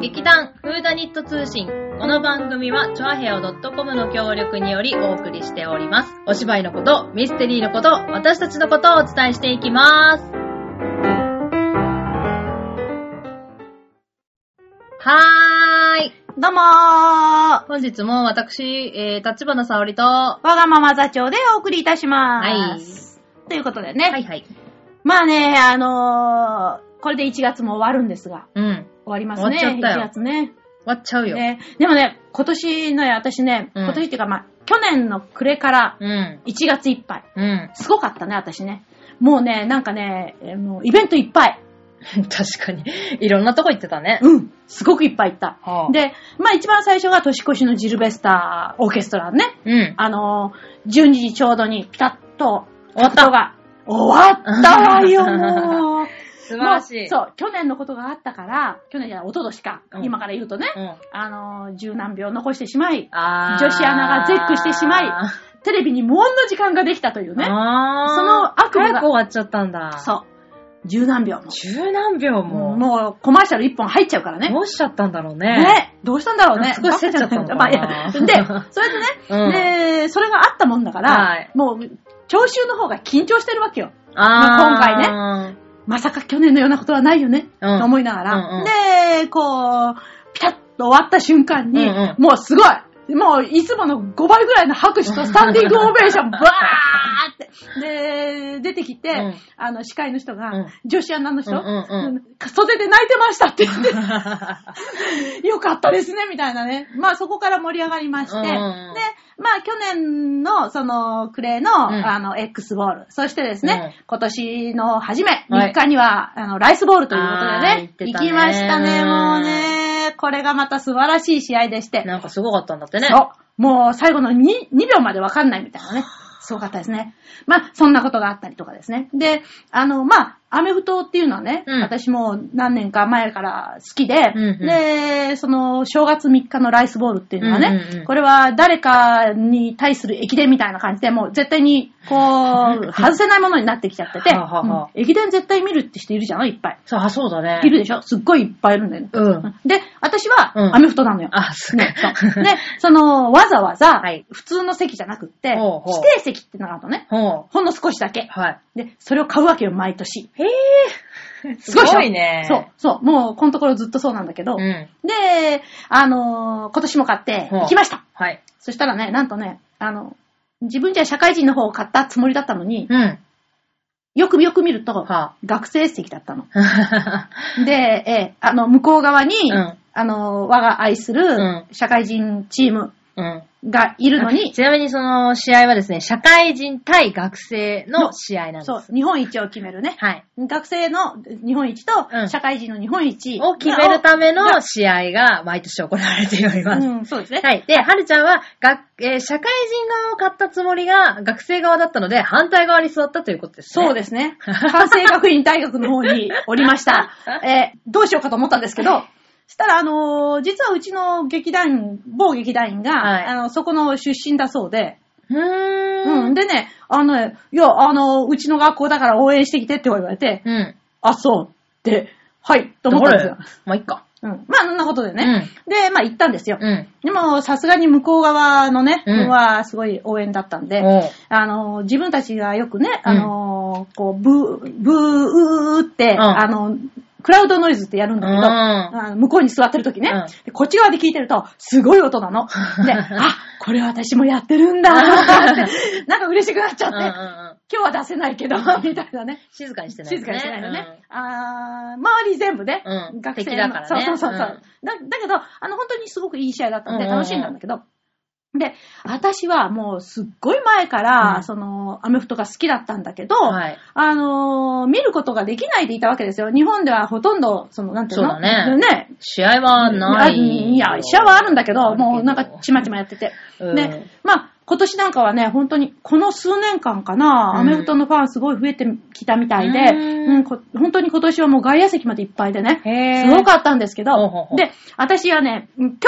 劇団フーダニット通信。この番組は、チョアヘオ .com の協力によりお送りしております。お芝居のこと、ミステリーのこと、私たちのことをお伝えしていきます。はーい。どうもーわ本日も私、えー、立花沙織と、はがまま座長でお送りいたしまはーいす。はい。ということでね。いはい。まあね、あのー、これで1月も終わるんですが、うん。終わります終わね。っちゃったよ1月ね。終わっちゃうよ。ね。でもね、今年のね私ね、うん今年っていうかまあ、去年の暮れからうん。 1月いっぱい。うん。 すごかったね、私ね。もうね、なんかね、えーもうイベントいっぱい。確かに。いろんなとこ行ってたね。うん。すごくいっぱい行った。はあで、まあ一番最初が年越しのジルベスターオーケストラね。うん。あのー、12時ちょうどにピタッと、終わった音が終わったわ よ、もう。素晴らしも。いうそう、去年のことがあったから、去年じゃない、一昨年か、うん今から言うとね、うん。あのー、十何秒残してしまい、あー女子アナが絶句してしまいあテレビに無音の時間ができたというね。ーその悪夢早がく終わっちゃったんだ。う。そう。十何秒も。十何秒もも。うコマーシャル一本入っちゃうからね。どうしちゃったんだろうね。ね、どうしたんだろうね。少し焦っちゃったのかなまあいやで、それでね、うんで、それがあったもんだから、はいもう、聴衆の方が緊張してるわけよ。あー今まさか去年のようなことはないよね、うんと思いながら、うんうんで、こう、ピタッと終わった瞬間に、うんうんもうすごいもういつもの5倍ぐらいの拍手とスタンディングオベーシ ョン、バーって。で、出てきて、うんあの、司会の人が、うん女子アナの人、うんうんうん袖で泣いてましたって言って、 よかったですね、みたいなね。まあそこから盛り上がりまして、うんうんで、うんまあ去年のその暮れの、うんあの X ボール、そしてですね、う今年の初め、はい3日には、あのライスボールということであー行ねっ、て行たねきましたね、もうね、これがまた素晴らしい試合でして、なんかすごかったんだってね。そう、もう最後の 2, 2秒までわかんないみたいなね。すごかったですね。まあ、そんなことがあったりとかですね。で、あの、まあ、アメフトっていうのはね、うん私もう何年か前から好きで、うんうんで、その、正月3日のライスボールっていうのはね、うんうんうんこれは誰かに対する駅伝みたいな感じで、もう絶対に、こ う、外せないものになってきちゃってて、はあはあはあうん駅伝絶対見るって人いるじゃないいっぱい。そう、あ、そうだね。いるでしょすっごいいっぱいいるんだよね。うん。で、私はう、んアメフトなのよ。あ、すごいね、。そう。で、その、わざわざはい、普通の席じゃなくって、ほうほう指定席ってのがあるのね。ほほんの少しだけう。。はい。で、それを買うわけよ、毎年。へえ。 すごいっしょねそう、そう。もう、このところずっとそうなんだけど。うん。で、あのー今年も買って、ほう行きました。はい。そしたらね、なんとね、あの、自分じゃ社会人の方を買ったつもりだったのに、うん。よくよく見ると、は学生席だったの。あ。で、えーあの、向こう側に、うんあのー、我が愛するん、社会人チーム うん。がいるのに、ちなみにその試合はですね、社会人対学生の試合なんです。そう、日本一を決めるね。はい。学生の日本一とうん社会人の日本一を決めるためがの試合が毎年行われております。うん、そうですね。はい。で、はるちゃんは、が、えー社会人側を買ったつもりが、学生側だったので、反対側に座ったということですね。そうですね。関西学院大学の方におりま した。えーどうしようかと思ったんですけど、したら、あのー実はうちの劇団員、某劇団員が、はいあの、そこの出身だそうで、うー。うんん、でね、あのね、いや、あのーうちの学校だから応援してきてって言われて、うん。あ、そう、って、はい、と思ったんですよ。まあ、いっか。うん。まあ、そんなことでね。で、まあ、行ったんですよ。うん。でも、さすがに向こう側のね、うんは、すごい応援だったんで、おうあの、自分たちがよくね、うんあの、こう、ブー、ブー、うーって、うんあの、クラウドノイズってやるんだけど、うんあの向こうに座ってる時ね、うんでこっち側で聞いてると、すごい音 なの。で、あ、これ私もやってるんだ、って、なんか嬉しくなっちゃっうんて、うんうん。今日は出せないけど、みたいなね。静かにしてない、静かにしてないのね。あー、周り全部ね、うん学生敵のだからねそうそうそうそう、うんだ。だけど、あの、本当にすごくいい試合だったんで、うんうんうん楽しんだんだけど、で、私はもうすっごい前から、うんその、アメフトが好きだったんだけど、うん。はい。あのー見ることができないでいたわけですよ。日本ではほとんど、その、なんていうのそうだねね。試合はない。いや、医者はあるんだけど、もうなんかちまちまやってて。うんね、まあ、今年なんかはね、本当に、この数年間かな、うんアメフトのファンすごい増えてきたみたいで、うんうんこ本当に今年はもう外野席までいっぱいでね、へーすごかったんですけどほうほうほ、うで、私はね、今日、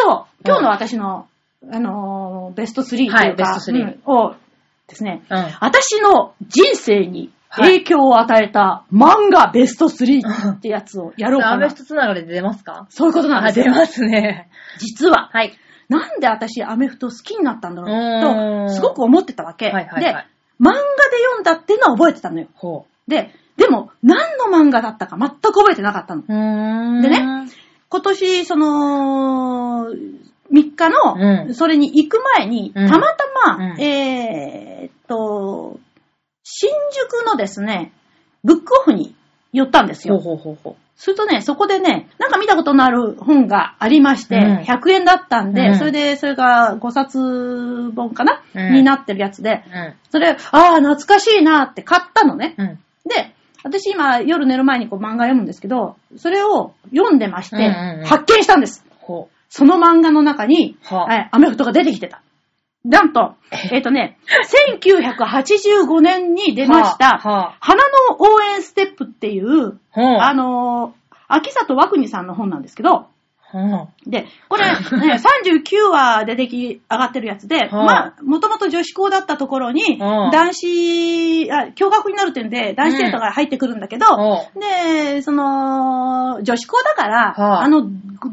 今日の私の、あのーベスト3というか、はいベスト3うんをですね、うん私の人生にはい影響を与えた漫画ベスト3ってやつをやろうアかベなス。トつながりで出ますかそういうことなんあ、です出よ。ますね。実は、はい。なんで私アメフト好きになったんだろうーうんと、すごく思ってたわけ。はいはいではい、漫画で読んだっていうのは覚えてたのよ。ほで、でも、何の漫画だったか全く覚えてなかったの。う。うーん。でね。今年、その、3日の、うんそれに行く前に、うんたまたま、うんえーっと、新宿のですね、ブックオフに寄ったんですほうよ。ほうほうほするとね、そこでね、なんか見たことのある本がありまして、うん100円だったんで、うんそれで、それが5冊本かな、うんになってるやつでう。、うそれ、ああ、懐かしいなって買ったのね。ん。うん。で、私今夜寝る前にこう漫画読むんですけど、それを読んでまして、うんうんうん発見したんです。ほう。その漫画の中に、はえアメフトが出てきてた。なんと、えっ、とね、1985年に出ました、は花の応援ステップっていあ。う、ほう。あのー秋里和国さんの本なんですけど、ほう。で、こ れ、ね、39話で出来上がってるやつで、んまあ、もともと女子校だったところうに、ん男子、あ、共学になるっていうんで、男子生徒が入ってくるんだけど、ほで、その、女子校だから、はああの、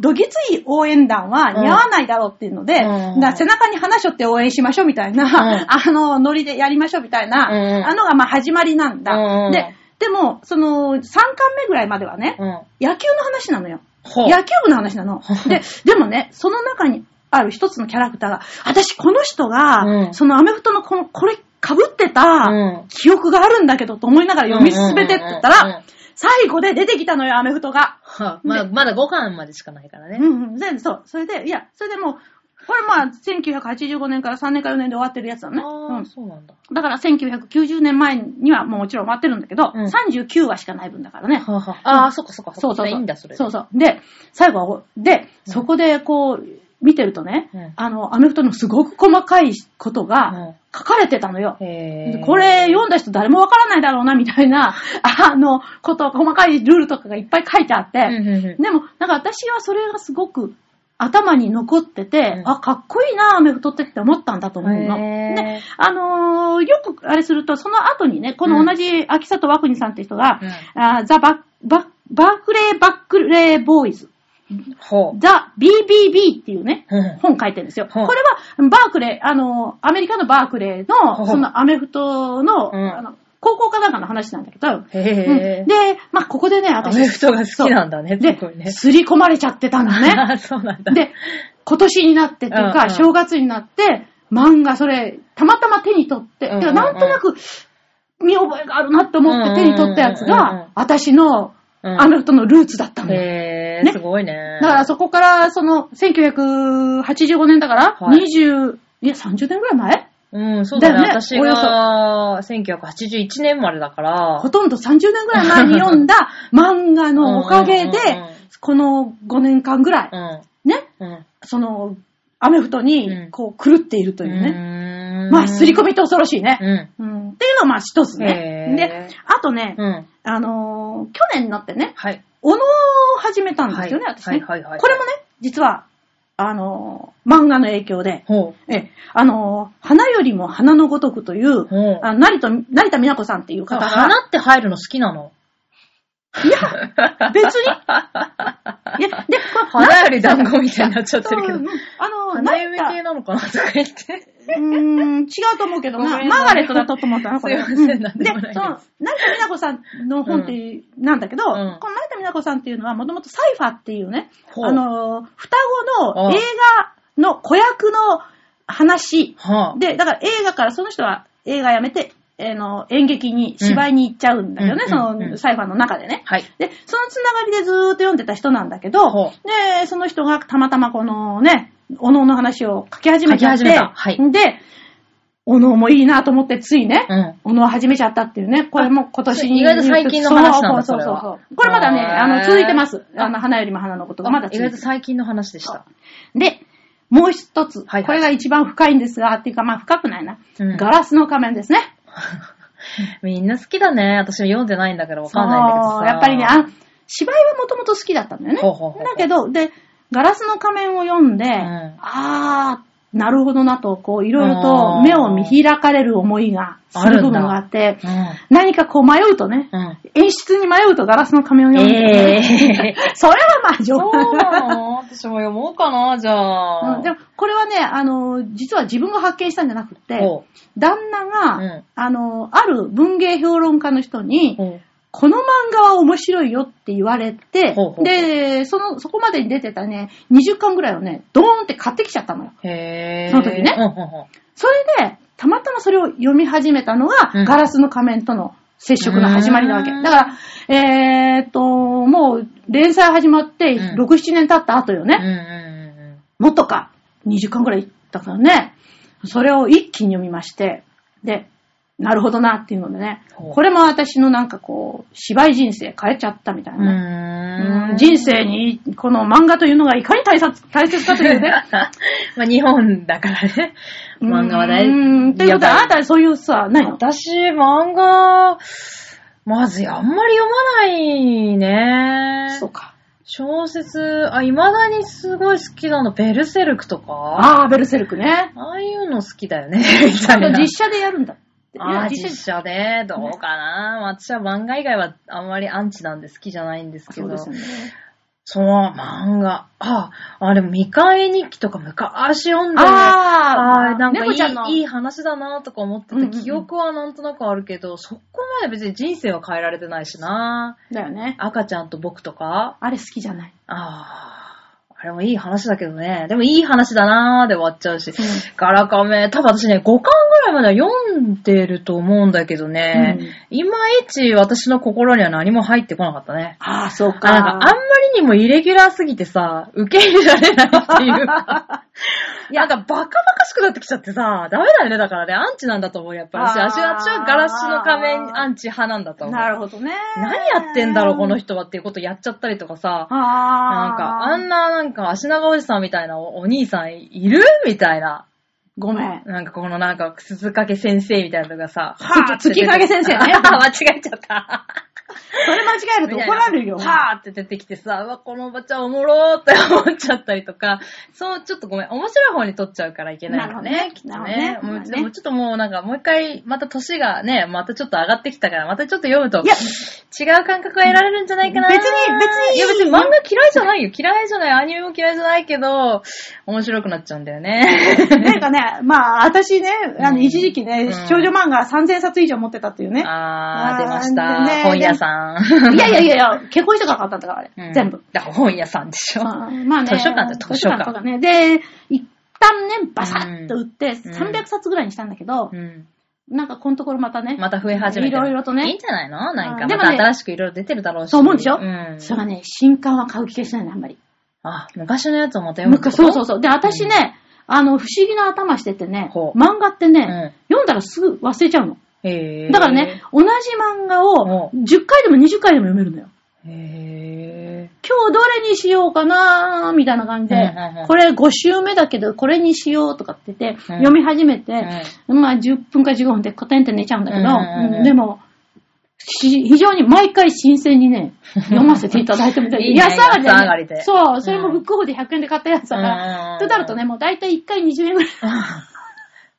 どぎつい応援団は似合わないだろうっていうので、うんな背中に話しょって応援しましょうみたいな、 あの、ノリでやりましょうみたいな、うんあのがまあ始まりなんだ。うんで、でも、その、3巻目ぐらいまではねう。、うん。野球の話なのよ。ほう。野球部の話なの。で、でもね、その中にある一つのキャラクターが、私この人が、うんそのアメフトのこの、これ被ってた、うん記憶があるんだけどと思いながら読み進めてってったうんうんうんうらん、最後で出てきたのよ、アメフトが。はあまだ、まだ5巻までしかないからうね。んうん、全然そう。それで、いや、それでもう、これまあ、1985年から3年か4年で終わってるやつだね。あうあ、んそうなん だ。だから1990年前にはもうもちろん終わってるんだけど、うん39話しかない分だからね。はあはあああ、そっかそっか。そうそうそう。いいんだ、それ。そうそう。で、最後はお、で、そこでこう、見てるとね、うんあの、アメフトのすごく細かいことが書かれてたのよ。へーこれ読んだ人誰もわからないだろうな、みたいな、 あの、こと、細かいルールとかがいっぱい書いてあって、うんうんうんでも、なんか私はそれがすごく頭に残ってて、うんあ、かっこいいな、アメフトってって思ったんだと思うの。へーで、あのーよくあれすると、その後にね、こうのん同じ秋里和国さんって人が、うあーザ・バッババークレー・バックレー・ボーイズ、ほう。ザ・ BBB っていうね、うん本書いてるんですよ。こほれうは、バークレー、あの、アメリカのバークレーの、ほうそのアメフトの、うんあの高校かなんかの話なんだけど、へうんぇで、まあ、ここでね、アメ私、フトが好きなんだね、すごいねで、。すり込まれちゃってたのね。 ああ、そうなんだ。で、今年になってっていううんうか、ん正月になって、漫画それ、たまたま手に取って、うんうんうんてかなんとなく、見覚えがあるなって思って手に取ったやうつんうんうんうんが、私の、うんあの人のルーツだったのよ。へーねすごいね。だからそこから、その、1985年だから、はい20、いや、30年ぐらい前うん、そうだね。だよね私が、1981年生まれだからほ、とんど30年ぐらい前に読んだ漫画のおかうげんうんでうんうん、この5年間ぐらい、うん。ね、うん。その、アメフトうにん、こう、狂っているというね。ねまあ、すり込みって恐ろしいね。うん。うんっていうのはまあ一つへね。ーで、あとね、うん。あのー去年になってね、はい。お能を始めたんですよね、はい私はね。いはいはいこれもね、実は、あのー漫画の影響で、ほえ、あのー花よりも花のごとくというう。、ほう。あの成田、成田美奈子さんっていう方が、花って入るの好きなの。別に、いや、で、こ れ花より団子みたいになっちゃってるけうどん。あのー、花成嫁田系、なのかなとか言って。うーん、違うと思うけど、ごめんまあなマーガレットだったと思ったな、これ。すいませんうなんで、でそもの、ない成です田美奈子さんの本っていう、なんだけど、こんの成田美奈子さんっていうのは、もともとサイファーっていうね、ほうあのー、双子あのあ映画の子役の話。はで、だから映画からその人は映画やめて、えーの、演劇に、芝居に行っちゃうんだけどね、うんそうんうんうの、んサイファーの中でね。はい。で、そのつながりでずーっと読んでた人なんだけほど、で、その人がたまたまこのね、おのおの話を書き始めちゃって、書き始めたはいで、おのおもいいなと思ってついね、うん。おのを始めちゃったっていうね、これも今年に。意外と最近の話なんだそそうそうれそはうそう。これまだね、へーあの、続いてます。あの、花よりも花のことがまだ続意い外とてます。最近の話でした。で、もう一つ、はいはいこれが一番深いんですが、っていうかまあ深くないな。うんガラスの仮面ですね。みんな好きだね。私も読んでないんだからわかんないんだけどそさ。うやっぱりね、あ、芝居はもともと好きだったんだよね。ほうほうほうだけど、で、ガラスの仮面を読んで、んあーっなるほどなと、こう、いろいろあとー目を見開かれる思いがする部分があって、う何かこう迷うとね、ん。うん。演出に迷うとガラスの仮面を読んでる、ええ それはまあ冗そう談なの 私も読もうかな、じゃあ。うんでも、これはね、あの、実は自分が発見したんじゃなくて、ほ旦那が、うんあの、ある文芸評論家の人うに、ほうこの漫画は面白いよって言われほうてほうほう、で、その、そこまでに出てたね、20巻ぐらいをね、ドーンって買ってきちゃったのよ。へえ。その時ねうんうんうんそれで、たまたまそれを読み始めたのが、うんガラスの仮面との接触の始まりなわけ。うんだから、えーっと、もう、連載始まって、6、うん7年経った後よね。うんうんうんもっとか、20巻くらいいったからね、それを一気に読みまして、で、なるほどなっていうのでね、ほうこれも私のなんかこう、芝居人生変えちゃったみたいなう。ね。うんん人生に、この漫画というのがいかに大切大切かというね。まあ日本だからね。 漫画は大うーんということは、あやなっぱたはそういうさ、ないの私、漫画、まずあんまり読まないね。そうか。小説、あ、未だにすごい好きなの、ベルセルクとか。あああ、ベルセルクね。あいうの好きだよね、 みあたいとな。実写でやるんだって。あーいや実写で、どうかな、私は漫画以外はあんまりアンチなんで好きじゃないんですけどそうで。すよね。そう、漫画。あ、あれ、未開日記とか昔読んで、ああーあ、なんか猫ちゃんのいいいい話だなとか思ってうんうて、んうん記憶はなんとなくあるけど、そこまで別に人生は変えられてないしなだよね。赤ちゃんと僕とか。あれ好きじゃない。あーあれもいい話だけどね。でもいい話だなーで終わっちゃうしうん。ガラカメ、多分私ね、5巻ぐらいまでは読んでると思うんだけどね、うんいまいち私の心には何も入ってこなかったね。ああ、そうあなんかあんまりにもイレギュラーすぎてさ、受け入れられないって いうか。いや、なんかバカバカしくなってきちゃってさ、ダメだよね、だからね、アンチなんだと思う、やっぱり。私、あー私は私はガラスの仮面アンチ派なんだと思う。なるほどね。何やってんだろう、この。人はっていうことやっちゃったりとかさ、なんか、ああ。あんななんか足長おじさんみたいなおお兄さんいるみたいな。ごめん。なんかこのなんか、鈴掛先生みたいなのがさ、はぁ月影 先生ね間違えちゃった。それ間違えると怒ら れるよ。はーって出てきてさ、うわ、このおばちゃんおもろーって思っちゃったりとか、そう、ちょっとごめん、面白い方に撮っちゃうからいけないよなるねほどね、きっとなるほどねね。もまあうねでもちょっともうなんか、もう一回、また年がね、またちょっと上がってきたから、またちょっと読むと、いや違う感覚が得られるんじゃないかな別に別にいや、別に漫画嫌いじゃないよ。嫌いじゃない。アニメも嫌いじゃないけ ど、面白くなっちゃうんだよね。なんかね、まあ、私ね、あうの、ん一時期ねうん、少女漫画3000冊以上持ってたっ ていうね。あー、出ましあーねた。本屋さん。いやいやいやいや、結婚してから買ったんだから、あれ。うん全部。。だから本屋さんでしょ。まあね。図書館だ図書館とかね。で、一旦ね、バサッと売って、うん300冊ぐらいにしたんだけどう、んなんかこのところまた ね、また増え始めてるいろいろとねいいんじゃないのなんあか、ーでまもたね新しくいろいろ出てるだろうし。そう思うでしょうん。それがね、新刊は買う気がしないの、あんまり。あ、昔のやつをまた読むなっんてかことそうそうそう。で、私ね、あの、不思議な頭しててね、ほう漫画ってうね、ん。読んだらすぐ忘れちゃうの。へーだからね。、同じ漫画をう10回でも20回でも読めるのよ。へ今日どれにしようかなーみたいな感じうんうでんうん、これ5週目だけど、これにしようとかって言って、読み始めて、まあ10分か15分でコテンって寝ちゃうんだけど、うんうんうんうんでも、し非常に毎回新鮮 にね、読ませていただいてみたいいね安安上上ががりりででね。そう、それもブックオフで100円で買ったやつだから、うんとなるとね、もう大体1回20円ぐらい。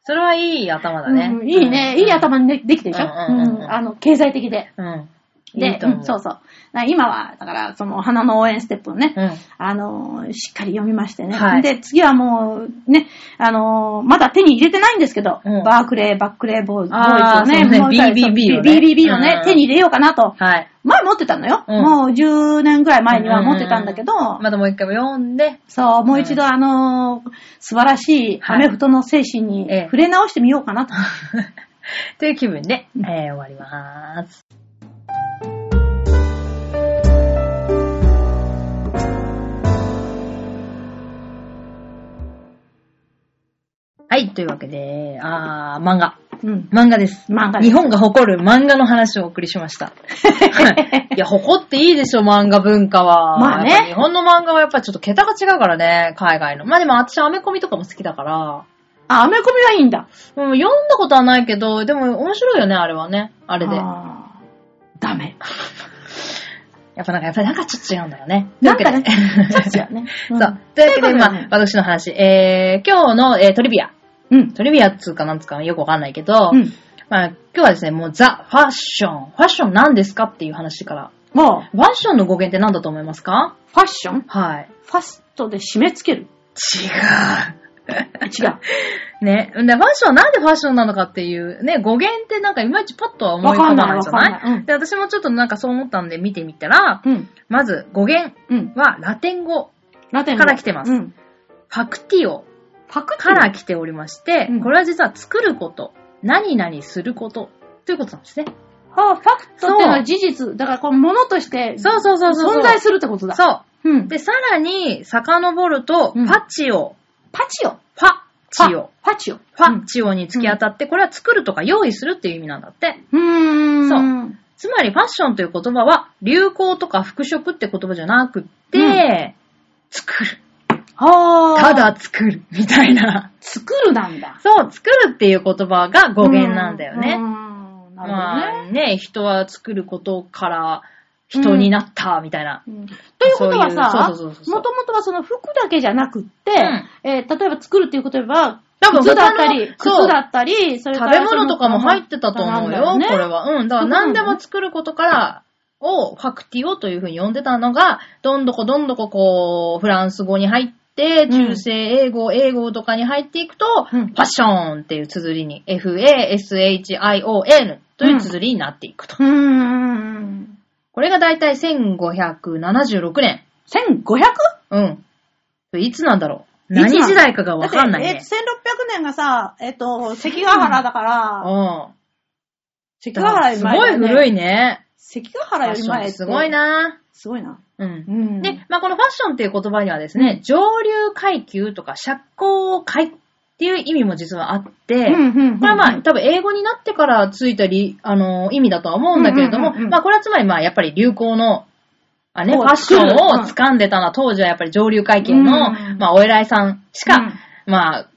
それはいい頭だねう。んいいね、いい。頭にでできてるでしょ、うんうんうんうんうんあの、経済的で。うん。いでいと思うんそうそう。だから今は、だから、その、お花の応援ステップをね、うん。あのー、しっかり読みましてね。はいで、次はもう、ね、あのー、まだ手に入れてないんですけど、うんバークレー、バックレーボーイズあーをね、そうねもう一回 BBB そをねう BBB をね、うん手に入れようかなと。はい。前持ってたのよ。うんもう10年ぐらい前には持ってたんだけど、またもう一回も読んで、そう、もう一度あのー、素晴らしいアメフトの精神にええ触れ直してみようかなと。という気分で、えー終わりまーす。はい、というわけで、あー、漫画。うん。漫画です。漫画です日本が誇る漫画の話をお送りしました。いや、誇っていいでしょ、漫画文化は。まあねやっぱ日本の漫画はやっぱちょっと桁が違うからね、海外の。まあでも私、アメコミとかも好きだから。あ、アメコミはいいんだ。うん、読んだことはないけど、でも面白いよね、あれはね。ああれで。ーダメ。やっぱなんか、やっぱなんかちょっと違うんだよね。なんかねというわけで そうだね。 そう。というわけで、まというあ、私の話。えー、今日の、えートリビア。うん。トリビアっつうかなんつうかよくわかんないけど、うん。まあ、今日はですね、もうザ・ファッション。ファッション何ですかっていう話から。もう、ファッションの語源って何だと思いますかファッションはい。ファストで締め付ける。違違う。う。ね。で、ファッション、なんでファッションなのかっていう、ね、語源ってなんかいまいちパッとは 思い浮かばないじゃないわかんないわかんないうんで、私もちょっとなんかそう思ったんで見てみたら、うん。まず語源うん。はラテン語、ラテンから来てますうん。ファクティオパクってかるら来ておりまして、うんこれは実は作ること、何々すること、ということなんですね。はあ、ファクトってのは事実。だから、このものとして、そうそうそうそうそう。存在するってことだ。そう。う。ん。で、で、さらに、遡ると、うんパチオ、パチオ。ファチオ、パチオ。ファチオに突き当たって、これは作るとか用意するっていう意味なんだって。うーん。。そうつまり、ファッションという言葉は、流行とか服飾って言葉じゃなくって、うん作る。はあ。た。だ作る。みたいな。作るなんだ。そう、作るっていう言葉が語源なんだよね。うーん。なまるほどあね。ね、人は作ることから人になった、みたいな。うんということはさ、そういうそうそうそうそうもともとはその服だけじゃなくって、うえー例えば作るっていうことは、多分靴だったり、他のそう靴だったり、それか食べら物とかも入ってたと思うよ、なんだこねれは。うん。だから何でも作ることから、をファクティオというふうに呼んでたのが、どんどこどんどここう、フランス語に入って、ん中世英語、英語とかに入っていくと、うんファッションっていう綴りに、F-A-S-H-I-O-N という綴りになっていくと。うーん。これがだいたい1576年。 1500? うん。いつなんだろう。いつなの何時代かがわかんないだっねて。えー1600年がさ、えっ、と、関ヶ原だから、うん。関だヶから原よりす前ごだいよ、ね。古い。いね。関ヶファ原よッりションっ前てすごい。な。すごいな。うんう。ん。で、まあ、このファッションっていう言葉にはですね、上流階級とか社交階っていう意味も実はあって、うん、うんうん、これは まあ、う多分英語になってからついたり、あのー意味だとは思うんだけれども、うんうんうんうんまあ、これはつまりまあ、やっぱり流行の、あね、フこうァッションを作掴んでたのは、当時はやっぱり上流階級の、うんまあ、お偉いさんしか、うんまあ、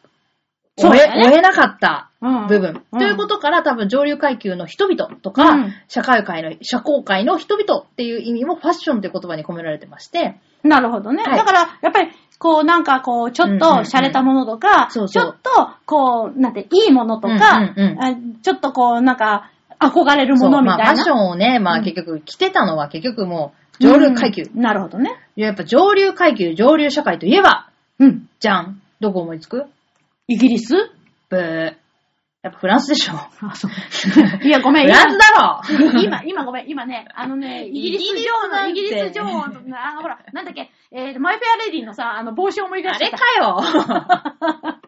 そう追え、だね追えなかったん部分。うんということから、多分上流階級の人々とか、うん社会界の、社交界の人々っていう意味もファッションっていう言葉に込められてまして、なるほどね。はいだから、やっぱり、こう、なんか、こう、ちょっと、うんうんうん洒落たものとか、そうそうちょっと、こう、なんて、いいものとか、うんうんうんあちょっと、こう、なんか、憧れるものみまあ、たいファな。ッションをね、まうあん結局着てたのは結局もう上流階級。うんなるほどね。やっぱ上流階級、上流社会といえば、うん。じゃん。どこ思いつくイギリスブー。やっぱフランスでしょ。あ、そう。 いや、ごめん、フランスだろ今、 今ごめん、今ね、あのね、イギリス女王の、イイギリギリスなんてス女王の、あの、ほら、なんだっけ、えー、マイフェアレディのさ、あの、帽子を思い出あしてれたか。よ。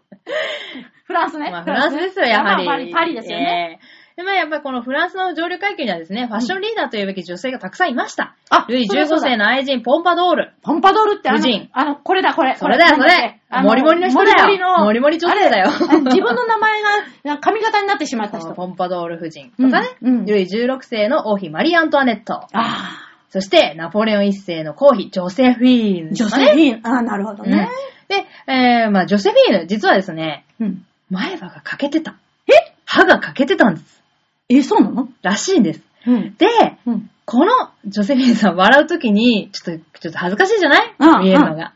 フランスね。まあフランスですよ、やはり。まあまあパリですよね。ええ。で、まあやっぱりこのフランスの上流階級にはですね、ファッションリーダーというべき女性がたくさんいました。あルイそうだそう15だ世の愛人、ポンパドール。ポンパドールってあ夫の人、あの、これだ、これ。それだよ、こそなんっれけ。あモリモリの人だよ。モリモリの。モリモリ女性だよ。あ自分の名前が髪型になってしまった人。ポンパドール夫人とかね、うんうんルイ16世の王妃マリー・アントワネット、あそしてナポレオン1世の皇妃ジョセフィーあ、ヌ女と性かね、フィーン。ああ、なるほどね。うんで、えー、まあジョセフィーヌ、実はですね、うん。前歯が欠けてた。え歯が欠けてたんです。え、そうなのらしいんです。うん。で、うん。このジョセフィーヌさん笑うときに、ちょっと、ちょっと恥ずかしいじゃない、うん見えるのが。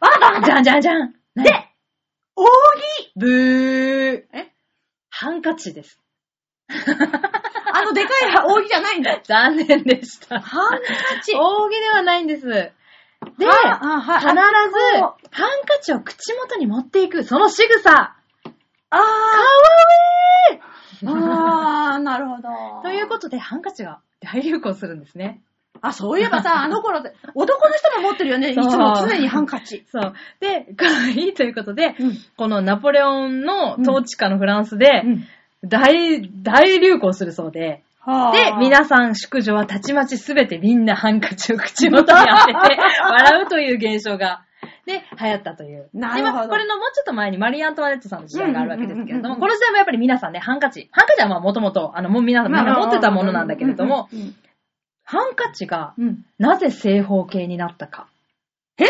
わかったわかったじゃんじゃんじゃんで、扇ブー。えハンカチです。あのでか い扇じゃないんだ。残念でした。ハンカチ。扇ではないんです。で、で、あは必ず、あハこンカチを口元に持っていく、その仕草。かあわいいー、あーなるほど。 ということで、ハンカチが大流行するんですね。あ、そういえばさ、あの頃って、男の人も持ってるよね。いつそうも常にハンカチ。そう。で、 かわいいということで、うんこのナポレオンの統治下のフランスで、うん大、大流行するそうで、はあで、皆さん、宿女はたちまちすべてみんなハンカチを口元に当て て笑うという現象が、で、流行ったという。なるほどでまあこれのもうちょっと前にマリー・アントワネットさんの時代があるわけですけれどうんうんうんうも、んこの時代もやっぱり皆さんね、ハンカチ、ハンカチはまあもともと、あの、もう皆さん、みんな持ってたものなんだけれども、うんうんハンカチがうん、うんなぜ正方形になったか、え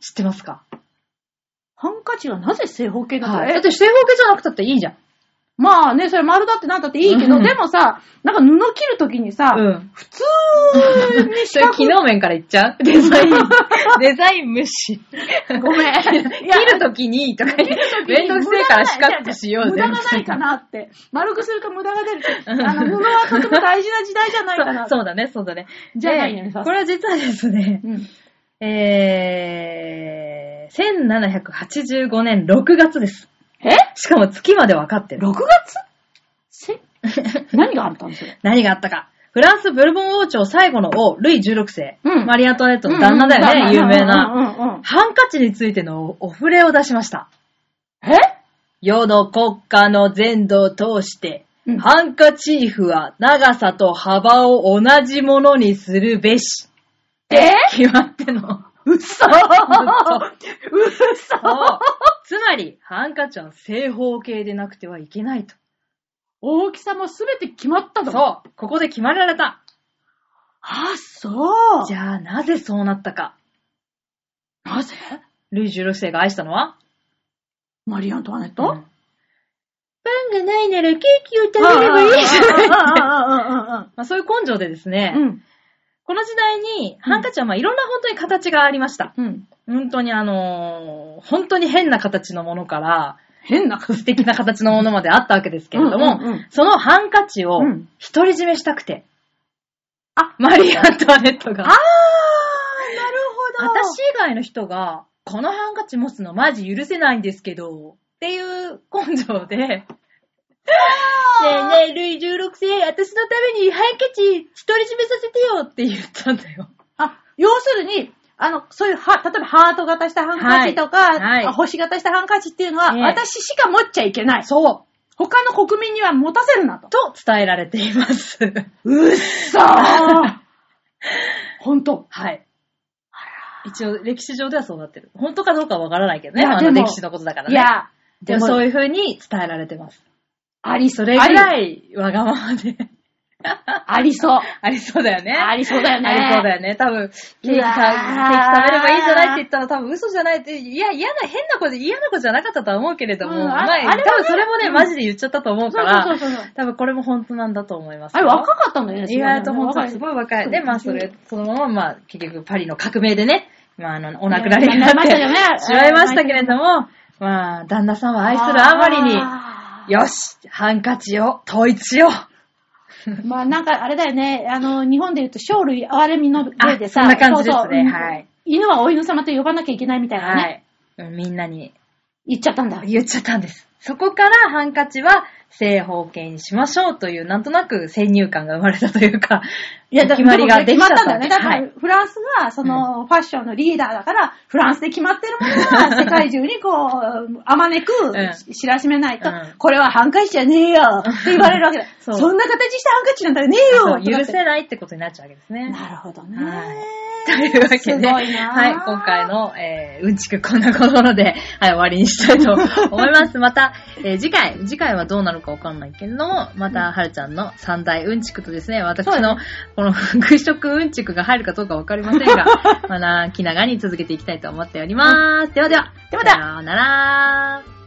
知ってますかハンカチはなぜ正方形なのだって正方形じゃなくたっていいじゃん。まあね、それ丸だってなんだっていいけうど、んでもさ、なんか布切るときにさ、うん。普通にそれ四角機能面から言っちゃうデザイン、デザイン無視。ごめん。いや切るときにとか言って、めんどくせえから四角くしよう無ぜ。駄がないかなって。丸くするか無駄が出るか。あの、布はとても大事な時代じゃないかな。そうそうだね、そうだね。じゃないのにさでこれは実はですね、うん。えー、1785年6月です。えしかも月まで分かってる ?6。月せ何があったんですよ。何があったか。フランス・ブルボン王朝最後の王、ルイ16世。うんマリア・アントワネットの旦那だよね、有名な。うんうんうんうん。ハンカチについてのお触れを出しました。え世の国家の全土を通して、うんハンカチーフは長さと幅を同じものにするべし。え決まっての。嘘嘘そう つまり、ハンカチは正方形でなくてはいけないと。大きさもすべて決まったと。う。そう、ここで決まられた。あ、そう。じゃあ、なぜそうなったか。なぜルイ16世が愛したのはマリーアントワネッと、トパンがないならケーキを食あ まあ、そういう根性でですね、うん。この時代に、ハンカチはまあいろんな本当に形がありました。うん。本当にあのー本当に変な形のものから、 変な感素敵な形のものまであったわけですけれども、うんうんうんそのハンカチをうん独り占めしたくて、あマリー・アントワネットがあー、なる。ほど。私以外の人が、このハンカチ持つのマジ許せないんですけど、っていう根性で、ねえねえ、ルイ16世、私のためにハンカチ独り占めさせてよって言ったんだよ。あ、要するに、あの、そういうは、例えばハート型したハンカチとか、はいはいあ星型したハンカチっていうのは、ええ私しか持っちゃいけない。そ他の国民には持たせるなとう。。と伝えられています。うっそーほんと。はい。一応、歴史上ではそうなってる。本当かどうかはわからないけどね。いやあでのも歴史のことだからいね。や、でもそういう風に伝えられてます。ありそれぐらいわがままで ありそう。ありそうだよね。ありそうだよね。ありそうだよね。多分、ケーキ食べケーうわーキ食べればいいじゃないって言ったら多分嘘じゃないって、いや、嫌な、変な子で嫌な子じゃなかったとは思うけれども、うんあまああれはね多分それもね、マジで言っちゃったと思うから、そうそうそうそう多分これも本当なんだと思いますあよ。れ若かったんだよね、意外と本当すい。ごい若そい。うで、まあそれ、そのまま、まあ結局パリの革命でね、まああの、お亡くなりにねなっなりまてしたよねしまいましたけれども、まあ旦那さんは愛するあまりに、あよしハンカチを統一しようーまあなんかあれだよね、あの、日本で言うと、生類哀れみの例でさ、あそんな感じですねそうそうはい犬はお犬様と呼ばなきゃいけないみたいなね、はい。うんみんなに言っちゃったんだ。言っちゃったんです。そこからハンカチは正方形にしましょうという、なんとなく先入観が生まれたというか、決まりができちゃっ決まったんだたよんでね。だす。から、フランスが、その、ファッションのリーダーだから、フランスで決まってるものが、世界中にこう、あまねくん知らしめないとうん、これはハンカチじゃねえよって言われるわけだ。そうそんな形したハンカチなんだよねえよはいとかそうっ許てせないってことになっちゃうわけですね。なるほどね。はい というわけで、すごいなはい、今回の、えー、うんちくこんなところで、はい、終わりにしたいと思います。 また、えー次回、次回はどうなるかわかんないけれども、また、はるちゃんの三大うんちくとですね、私そうだの、この、服飾うんちくが入るかどうかわかりません が、まだ、気長に続けていきたいと思っております。ではでは、ではではさようなら。